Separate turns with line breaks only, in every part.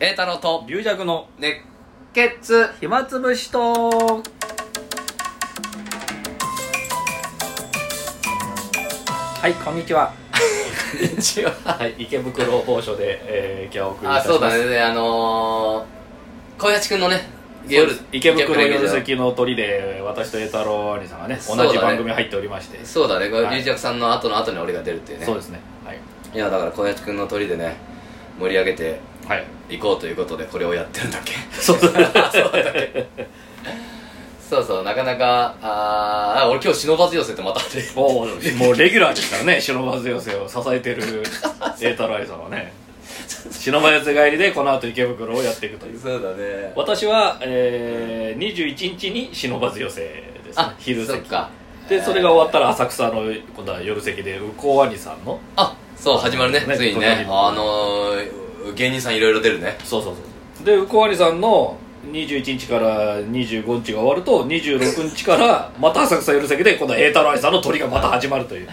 栄太郎と
龍尺の
熱 血
暇つぶしとはいこんにちは
一応
はい池袋某所で、えー、今日お送りい
あ
たしま
そ
す
うだねあのー、小林くんのね夜
そうです池袋夜
劇場
席の鳥で私と栄太郎兄さんがね
そ
同
うだね
じ番組入っておりまして
そうだねこれ
はい
龍尺さんの後の後に俺が出るっていうね
そうですねはい、
いやだから小林くんの鳥でね盛り上げて
はい、
いこうということでこれをやってるんだっけ
そうそう
そうそうなかなかあーあ俺今日忍ばず寄せってまたあれ
おーもうレギュラーですからね忍ばず寄せを支えてる栄太郎兄さん はね忍ばず寄せ帰りでこの後池袋をやっていくとい う
そうだね
私は、えー、21日に忍ばず寄せですね
あ
昼
そっ
席
か
でそれが終わったら浅草の今度は夜席で右近兄さんの
あそう始まるね
ね
ついに
隣
ね
に
あのー、芸人さんいろいろ出るね
そうそうそうで右近兄さんの21日から25日が終わると26日からまた浅草夜席で今度は栄太郎兄さんの鳥がまた始まるという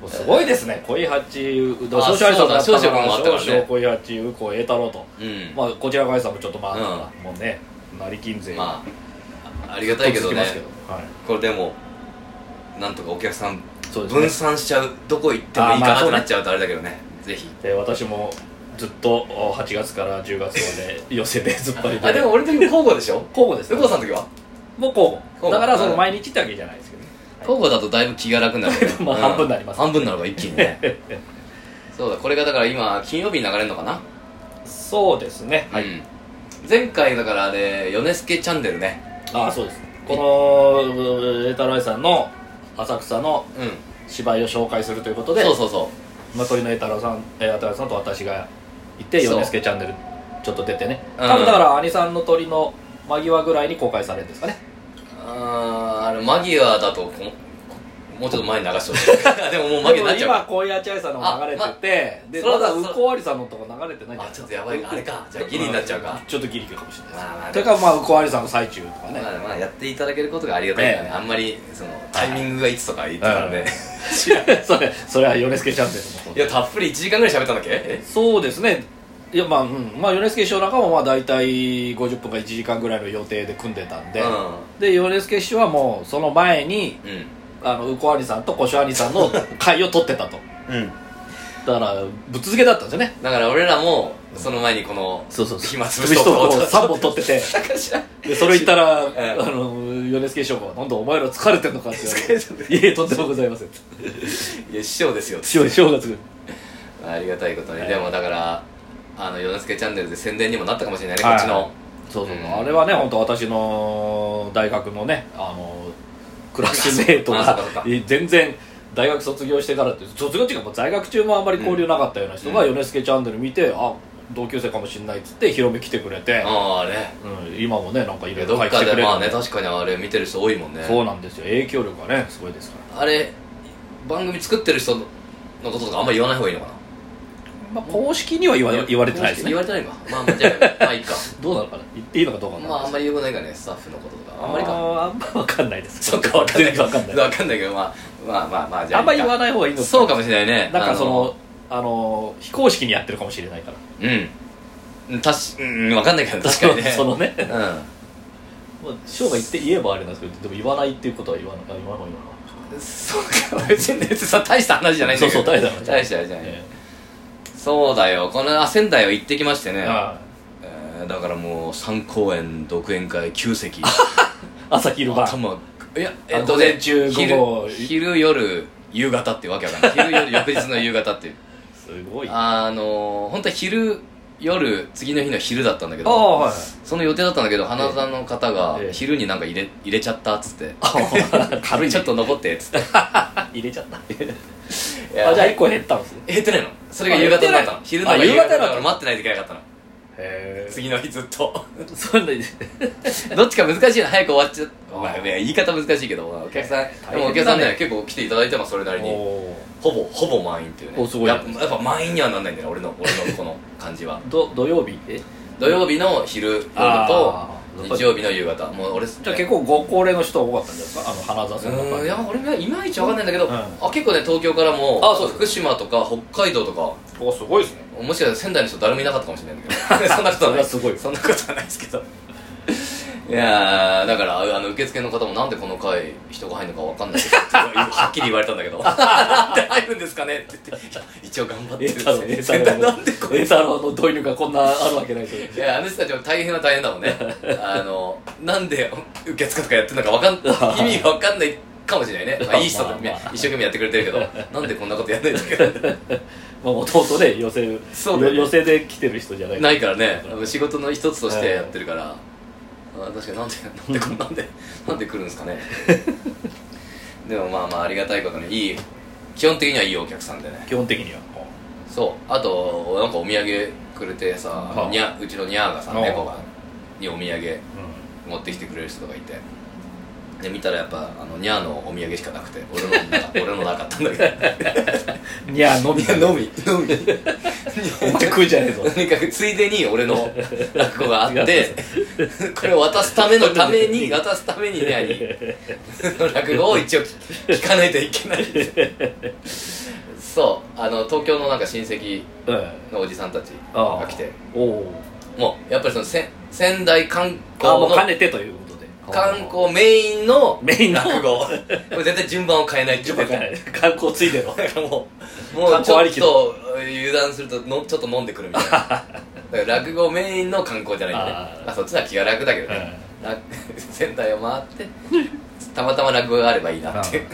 もうすごいですね恋八うど
あ
少々兄さんだった
そうだ
か
少々君もあ
ら
ったからね
少々恋八右近栄太郎と、
うん
まあ、こちらの兄さんもちょっとまあ、もうね成金勢
まあああり
あ
がたいけどね
はい
これでもなんとかお客さん
そうですね
分散しちゃうどこ行ってもいいか
あーま
な
あ
って
そうね
なっちゃうとあれだけどねぜひ
で私もずっとお8月から10月 まで寄せでずっぱりで
あでも俺の時も交互でしょ
交互です
有
ね
働さんの時は
もう交
交互
互だからそ
は
の
い
毎日ってわけじゃないですけどね
交互だとだいぶ気が楽になる
まあ
うん
半分になります
半分になるから一気にね そうだこれがだから今金曜日に流れるのかな
そうですねはい、
うん前回だからあれヨネスケチャンネルね
ああそうですこの栄太郎さんの浅草の
うん
芝居を紹介するということで
そうそうそ
まあ、鳥の栄太郎さん栄太郎さんと私が行って「
そう
ヨネスケチャンネル」ちょっと出てね
うん
多分だから兄さんの鳥の間際ぐらいに公開されるんですかね
うあーあれ間際だとこもうちょっと前に流してほし いでももう間際になっち
で
ゃう
も
か
今小岩千愛さんのも流れてて、
ま
で
そ
ま
うだ
だ右近有さんのとこ流れてないんじゃない
あちょっとやばいかあれかじゃあギリになっちゃうか
ちょっとギリかもしれないです、
まあまあ
というかまあ右近有さんの最中とかね、
まあまあやっていただけることがありがたいからね、
ええ
あんまりそのタイミングがいつとか言ってたらね、
それそれは米助チャンネルの
いやたっぷり1時間ぐらい喋ったんだっけえ
そうですねいやまあ、うん、まあ米助師匠なんかもまあ大体50分か1時間ぐらいの予定で組んでたんで、
う
で米助師匠はもうその前に
うん
あの右近有さんと小塩有さんの会を取ってたと
うん
だからぶっ続けだったんですよね
だから俺らもその前にこの
そうそうそう
暇つぶ
ぶ
し
し
と
と3本取ってて
だから知らん
でそれ言ったら、
ええ
あの米助師匠が「なんだお前ら疲れてんのか」って言われて「いえいえとんでもございません」って
いや師匠ですよ
師匠師匠がつく
ありがたいことに、
はい
でもだからあの「ヨネスケチャンネル」で宣伝にもなったかもしれないね、
はい
こっちの
そうそうそう、
うん
あれはね本当私の大学のねあのクラスメート
あそう
が
かそうか
え全然大学卒業してからって卒業っていうかもう在学中もあんまり交流なかったような人が
う
米助チャンネル見てあ同級生かもしれないっつって広め来てくれて、
ああね
うん、今もねなんかいろいろ
どっ
来て
か
くれ
で
る
まあね確かにあれ見てる人多いもんね
そうなんですよ影響力がねすごいですから
あれ番組作ってる人のこととかあんまり言わない方がいいのかな
まあ、公式には言わ言われてないですね
言われてないかまあまあじゃあまあいいか
どうなのかな言っていいのかどうかわかん
ま
ない
ああんま
り
り言うことないからねスタッフのこととかあ
あ
んま
んま
り
り
か
あんま分かんないです
そっかわかんない
全然わかんない
わかんないけどまあまあまあまあじゃあ
あんまり言わ
な
ない方がいいのか
そうかもしれないね
なんかそのあの非公式にやってるかもしれないから
あのうんたしうんわかんないけど確かにね
そのね
うん
まあ翔が言って言えばあれなんですけどでも言わないっていうことは言わないあ言わない言わない
そうか別に別にさ大した話じゃないんだけど
そうそう大した話じゃない
大した話じゃない
え
そうだよこのあ仙台を行ってきまして
え
ね
あ
えーだからもう3公演独演会9席
あ朝昼晩
頭いや
あ午前中
昼
午後
昼夜夕方ってわけわかんない昼夜翌日の夕方っていう
すごいあ
あのー、本当は昼夜次の日の昼だったんだけ
あ
ど
はい
その予定だったんだけど花田の方が
ええ
昼になんか入れ入れちゃったっつって
あ
「
軽い
ち
ね
ょっと残って」っつって
あ入れちゃったあ
いや
じゃあ1個減ったんですね
減ってないのそれが夕方になったの
あ
昼
減って
の
ない
夕方
あ夕
だ
方だ
か
った
ら待ってないといけなかったの
へ
次の日ずっと
えそんなに
どっちか難しいな早く終わっちゃうまあいや言い方難しいけどお客さん、
大変だ
で
ね
もお客さんね結構来ていただいてますそれなりに
おー
ほぼほぼ満員っていうね
おすごい
やっぱやっぱ満員にはなんないんだよね俺の俺のこの感じは
ど土曜日え
土曜日の昼夜と
あ
日曜日の夕方もう俺じ
じゃあ結構ご高齢の人多かったんじゃないですかあの花澤さんの
うんい
感
や俺もいまいちわかんないんだけど、
うん
あ結構ね東京からも
あそう
福島とか北海道とか
じおすごいですね
もしかしたら仙台の人誰もいなかったかもしれないんだ けどそんなことはない
それはすごい
そんなことはないですけどいやーだからあの受付の方もなんでこの回人が入るのかわかんないですよってはっきり言われたんだけ どなんで入るんですかねって言っていや一応頑張って
栄
るんで
太郎
す
栄太
よ
郎 の
なんでこ
栄
れ
太郎の導入がこんなあるわけないですよ
いやあの人たちも大変は大変だ もんねあのなんで受付とかやってるのかわ かん意味がわかんないかもしれないね、まあ、いい人と
まあまあ
一生懸命やってくれてるけどなんでこんなことやんないんだけ ど
まあもともとね寄せよ
そうだね
寄せで来てる人じゃない
ないからね仕事の一つとしてやってるから、あ確かになんでなん でなんでなんで来るんですかねでもまあまあありがたいことにいい基本的にはいいお客さんでね
基本的には
そうあとなんかお土産くれてさ、
はあ
にゃうちのニャーがさ
ああ
猫がにお土産持ってきてくれる人とかいてで見たらやっぱあのニャーのお土産しかなくて俺の な俺のなかったんだけど
うんいや飲み
のみのみ
お前食うじゃねえぞ
とにかく ついでに俺の落語があっ てこれを渡すためのために渡すためにニャーに落語を一応聞聞かないといけないそうあの東京のなんか親戚
うん
のおじさんたち
あ
が来て
おお
もうやっぱりその仙仙台観
あ
光
もう
の
兼ねてということで
観光メインの
メインの
落語 これ絶対順番を変えないって言ってた
観光ついでの
だからもうも
観
うち
光
ょ
あ
っ
りき
と油断するとのちょっと飲んでくるみ たいなだから落語メインの観光じゃないんでね
あー
まあ、そっちのは気が楽だけどね、楽 仙台を回ってたまたま落語があればいいなって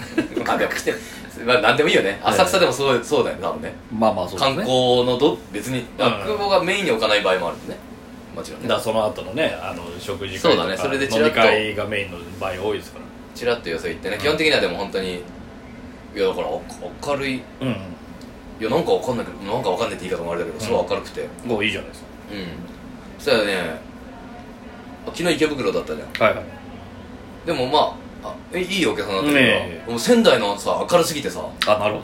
まあでも来て まあ何でもいいよね浅草でもそうそうだよね多分ね
まあまあそうです
観
ね
光のど別に落語がメインに置かない場合もあるんでねもちろん
だ
ね
からその後のねあの食事会
そう
と
だね
か
それでち
飲
らっ
み
と
会がメインの場合多いですか
ちらっと寄せ行ってね基本的にはでも本当にいやだからお明るいい
らうん
やなんかわかんないけどなんかわかんないって言い方もあれだけどそれは明るくてうん
もういいじゃないです
そしたらね昨日池袋だったじゃん
かはいはい
でもまああえいいお客さんだったけど、
ねえ
もう仙台のさ明るすぎてさ
あなるほ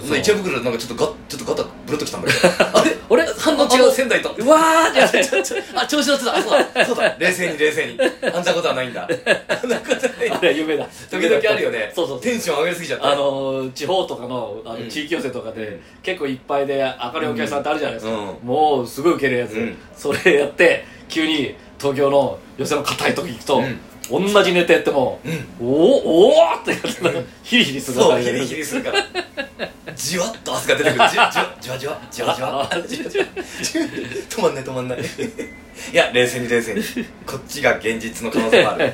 ど
その池袋なんかちょっとガちょっとガタブルっときたんだけ どあれ
あれ
反応違う仙台と
うわーじゃない
あ調子乗ってたあそうだそうだ冷静に冷静にあんなことはないん だあんなことはない
あれは 夢だ
時々あるよね
そうそう
テンション上がりすぎちゃった
あのー地方とかのあ
う
の
ん
地域寄せとかで、結構いっぱいで明るいお客さんってあるじゃないですか、
うん
もうすごいウケるやつ、
うん
それやって急に東京の寄せの硬いとこ行くと、同じネタやっても、おおおーってやってなんかヒリヒリする
そう
じ
ヒリヒリするからじわっと汗が出てくるじわじわじわじわじわ
あ
じわじわ止まんない止まんないいや冷静に冷静にこっちが現実の可能性もある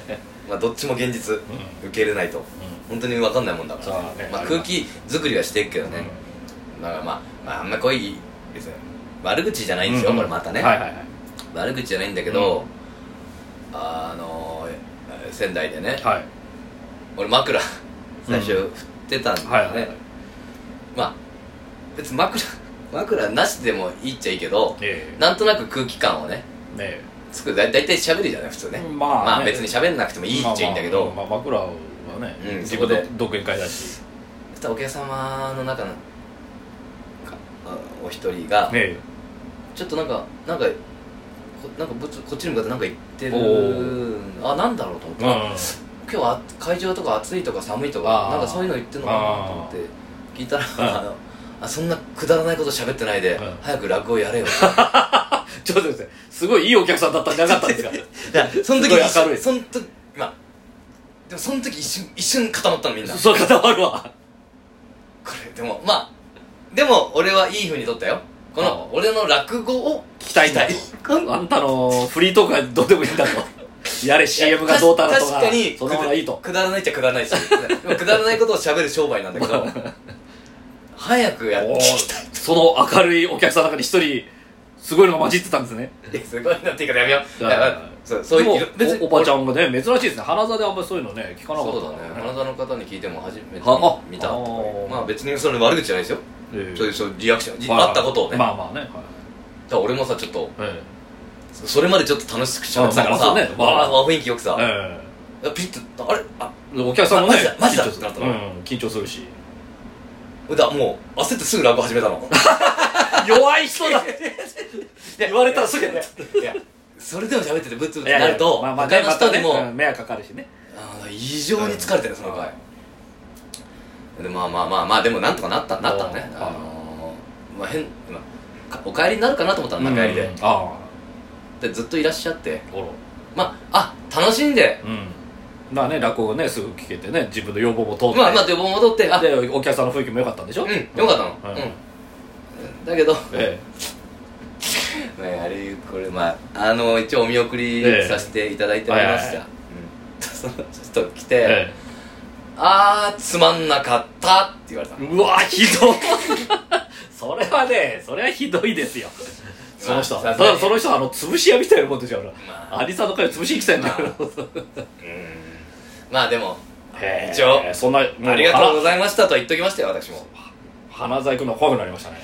まあどっちも現実受け入れないと本当に分かんないもんだから
そうだね
まあ、空気作りはしていくけどね、だからまあ、まあ、あんま濃いですよ悪口じゃないんですよ、これまたね、
はいはいはい
悪口じゃないんだけど、あの仙台でね、
はい
俺枕最初振ってたんだよね、
はいはいはい
まあ別に枕 枕なしでもいいっちゃいいけど
え
なんとなく空気感をね
えね
作るだ大体喋るじゃない普通ね
まあね
まあ別に喋んなくてもいいっちゃいいんだけど、
まあまあまあ枕はね、
うん
自
そこ
分
で
で独演会だし
そしたらお客様の中のかあお一人が、
ね
ちょっとなんかなんかこなんかぶつこっちに向かってなんか言って
お
るあなんだろうと思って、
うん
今日は会場とか暑いとか寒いとか
あー
なんかそういうの言ってんのかなと思って聞いたらあのあそんなくだらないこと喋ってないで
うん
早く落語やれよ
ちょっとですねすごいいいお客さんだったんじゃなかったですか
いやその時
すごい
一瞬
明るい
その時まあでもその時一瞬一瞬固まったのみんなこ
そう固まるわ
れでもまあでも俺はいいふうに撮ったよこの俺の落語を
聞きたいんだとあんたのフリートークはどうでもいいん だとやれ CM がどうたらとか
確かに
そのままいいと
くだくだらないっちゃくだらないしでもくだらないことを喋る商売なんだけ ど早くやっ
お
て
ーその明るいお客さんの中に一人すごいのが混じってたんですね
えすごいなって言い方やめよう。
はい
いやまあそうそう
で
いう
も
いろ別に
おおばちゃんがね珍しいですね花座であんまりそういうのね聞かなか
そう
った
だね。
ら
花田の方に聞いても初めて
はあ
見たとかいう
あー
まあ別にそれ悪口じゃないですよ。
ええ
そういうそういうリアクション、
はいはい
あったことをね。
まあまあねはい
だから俺もさちょっと
え
それまでちょっと楽しく喋ってたから
ま
さ、
あまあそうねまあ
わあわあ雰囲気よくさ、
え
ピッとあれあ
えお客さんもね
マジだマジだ
緊張する
ってなった
う
の
ん緊張するし
だもう焦ってすぐ落語 始めたの。
弱い人だって言われたらすぐね
いやそれでも喋っててブツブツ
い や
ない
や
ると
まあまあ
他
ね
の人にも、
またねうん迷惑かかるしね
あー異常に疲れてるその回、でまあまあまあまあでもなんとかなったなったね
うん
あのーまあ変まあかお帰りになるかなと思ったの中入りで
うん、あ
でずっといらっしゃって
あおろ
まああ楽しんで
うんまあね落語ねすぐ聞けてね自分の要望も通って
まあまあでも戻ってあ
でお客さんの雰囲気も良かったんでしょ
うんよかったの、
うん
うんだけど、
え
ね、あれこれまああの一応お見送りさせていただいておりました、う
え
ん その人来て、
ええ
あーつまんなかったって言われたの
えうわひ どいそれはねそれはひどいですよその人は
まあ
ただその人はあの潰し屋みたいなもんでしょ
まあ
アリさんの会を潰しに来たんだから
うんまあでも
へえ
一応
そんな
ありがとうご
い
ざいましたとは言っときましたよ私も
ます花細工の怖くなりましたね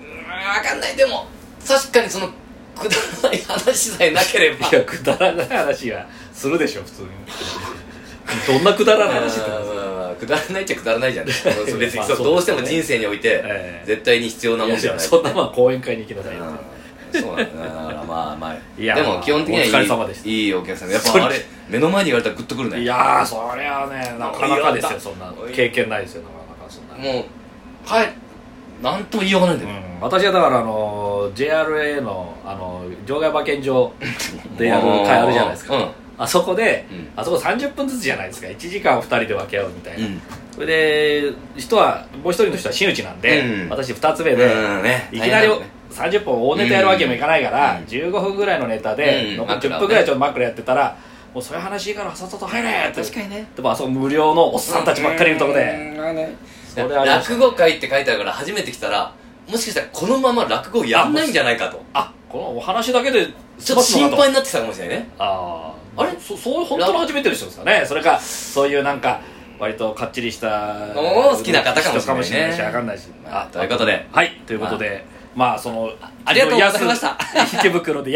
うーん分かんないでも確かにそのくだらない話さえなければ
いやくだらない話はするでしょ 普通にどんなくだらない話だったんですか
うんうんうんくだらないっちゃくだらないじ ゃんそう別に
まあ
そう
そう
どう
です
して
ね
も人生において
ええ
絶対に必要なもんじゃ
いや
ない
そんなもん講演会に行きなさいよ
うんそうなんだよなだからまあまあ
いや
でも基本的にはいい
お疲れ様でした
いいお客さんやっ
それ
ぱあれ目の前に言われたらグッとくるね
いやーそりゃあねなかなかです
い
よ
や
そんな
おい
経験ないですよなかなかそんな
もうはいなんとも言いようがないんだよ、
うん私はだからあの JRA のあの場外馬券場でやる会あるじゃないですか
うん
あそこで、
うん
あそこ30分ずつじゃないですか1時間2人で分け合うみたいな、
うん
それで人はもう一人の人は真打ちなんで、
うん
私2つ目で、
うんね
いきなり
大変だね
30分大ネタやるわけにもいかないから、
うん
15分ぐらいのネタで、
うん
残り10分ぐらいちょっと枕やってたらもうそういう話いいからさっさと入れって
にね
でもあそこ無料のおっさんたちばっかりいるとこで、それありました
落語会って書いてあるから初めて来たらもしかしたらこのまま落語やんないんじゃないかと
あこのお話だけで
ちょっと心配
あ
になってきたかもしれないね
あー
あれ
そそう本当の初めての人ですかねそれかそういうなんか割とかっちりした
おー好きな方かもしれないね
人かもしれないし分かんないし
ということで
はいということでまあその
ありがとうございました
池袋で